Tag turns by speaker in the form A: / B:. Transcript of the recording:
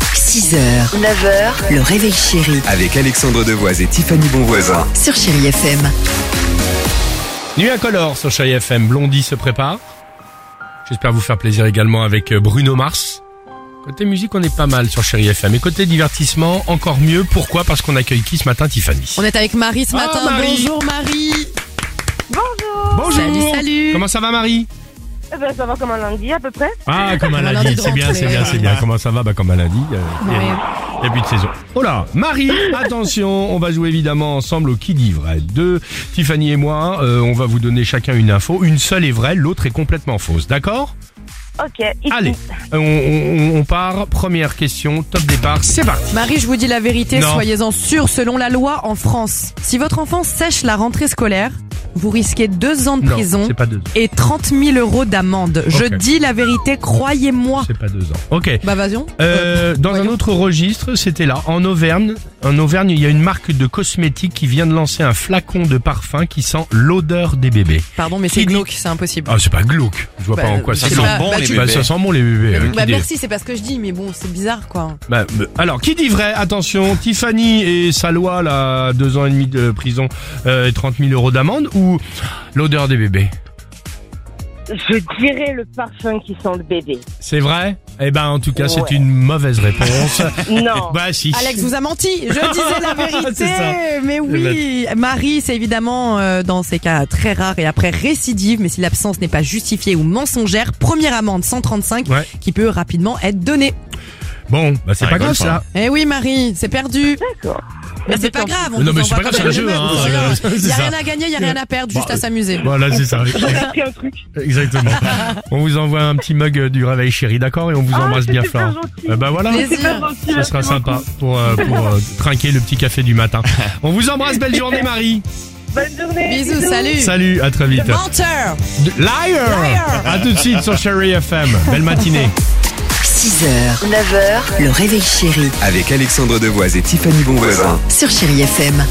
A: 6h, 9h, le réveil chéri
B: Avec Alexandre Devoise et Tiffany Bonvoisin.
A: sur Chéri FM.
C: Nuit incolore sur Chai FM, Blondie se prépare. J'espère vous faire plaisir également avec euh, Bruno Mars. Côté musique, on est pas mal sur Chéri FM. Et côté divertissement, encore mieux. Pourquoi Parce qu'on accueille qui ce matin, Tiffany
D: On est avec Marie ce
C: Ah,
D: matin.
C: Marie.
D: Bonjour Marie.
C: Bonjour
D: Salut, salut.
C: Comment ça va Marie
E: Eh ben, ça va comme un lundi à peu près.
C: Ah, comme un
D: On a
C: lundi,
D: envie de
C: c'est bien,
D: rentrer,
C: c'est bien,
D: ouais.
C: c'est bien. Comment ça va Bah comme un lundi, euh, il y a-
D: Ouais.
C: il y a plus de saison. Oh là, Marie, attention, on va jouer évidemment ensemble au qui dit vrai. Deux, Tiffany et moi, euh, on va vous donner chacun une info. Une seule est vraie, l'autre est complètement fausse, d'accord
E: Ok. ici.
C: Allez, on, on- on part. Première question, top départ, c'est parti.
D: Marie, je vous dis la vérité,
C: Non.
D: soyez-en sûrs. Selon la loi en France, si votre enfant sèche la rentrée scolaire, vous risquez deux ans de
C: Non,
D: prison
C: c'est pas deux ans.
D: et 30 000 euros d'amende. Je
C: Ok.
D: dis la vérité, croyez-moi.
C: C'est pas deux ans. Ok.
D: Bah vas-y. on.
C: Euh, dans un
D: voyons.
C: autre registre, c'était là, en Auvergne. En Auvergne, il y a une marque de cosmétiques qui vient de lancer un flacon de parfum qui sent l'odeur des bébés.
D: Pardon, mais
C: qui
D: c'est
C: dit-
D: glauque, c'est impossible.
C: Ah, c'est pas glauque. Je vois
D: Bah,
C: pas en quoi ça
D: je
C: sent
D: sais pas,
C: bon.
D: bah,
C: les
D: tu-
C: bébés. ça sent bon les bébés. euh,
D: Bah
C: qui dit-
D: merci, c'est pas ce que je dis, mais bon, c'est bizarre quoi.
C: Bah, euh, alors, qui dit vrai Attention, Tiffany et sa loi, là, deux ans et demi de prison euh, et 30 000 euros d'amende ou l'odeur des bébés
E: Je dirais le parfum qui sent le bébé.
C: C'est vrai Eh ben, en tout cas, c'est
E: Ouais.
C: une mauvaise réponse.
E: Non.
C: bah si.
D: Alex vous a menti, je disais la
C: C'est ça. Eh
D: vérité,
C: ben.
D: mais oui. Marie, c'est évidemment euh, dans ces cas très rares et après récidive, mais si l'absence n'est pas justifiée ou mensongère, première amende 135
C: Ouais.
D: qui peut rapidement être donnée.
C: Bon, bah c'est
F: Ça
C: pas grave
F: rigole
C: ça.
D: Eh oui Marie, c'est perdu.
E: D'accord.
D: Mais c'est pas grave, on vous
C: Non, Ah, mais c'est
D: envoie
C: pas grave,
D: quand même
C: c'est un
D: le
C: jeu,
D: même,
C: hein,
D: voilà.
C: c'est- c'est
D: Y a
C: ça.
D: rien à gagner, y a rien à perdre, juste à s'amuser.
C: Voilà, c'est ça.
E: C'est un truc.
C: Exactement. On vous envoie un petit mug euh, du réveil chéri, d'accord Et on vous
E: Ah,
C: embrasse
E: c'est
C: bien
E: super
C: fort.
E: gentil.
C: Euh, bah voilà.
D: Plaisir.
E: C'est pas gentil.
C: Ça
E: merci
C: sera
E: beaucoup.
C: sympa pour, euh, pour euh, trinquer le petit café du matin. On vous embrasse, belle journée Marie.
E: Bonne journée.
D: Bisous, salut.
C: Salut, à très vite.
D: Menteur.
C: De- Liar À tout de suite sur Chéri FM. Belle matinée.
A: 6h, 9h, le réveil chéri
B: Avec Alexandre Devoise et Tiffany Bonvoisin.
A: sur Chéri FM.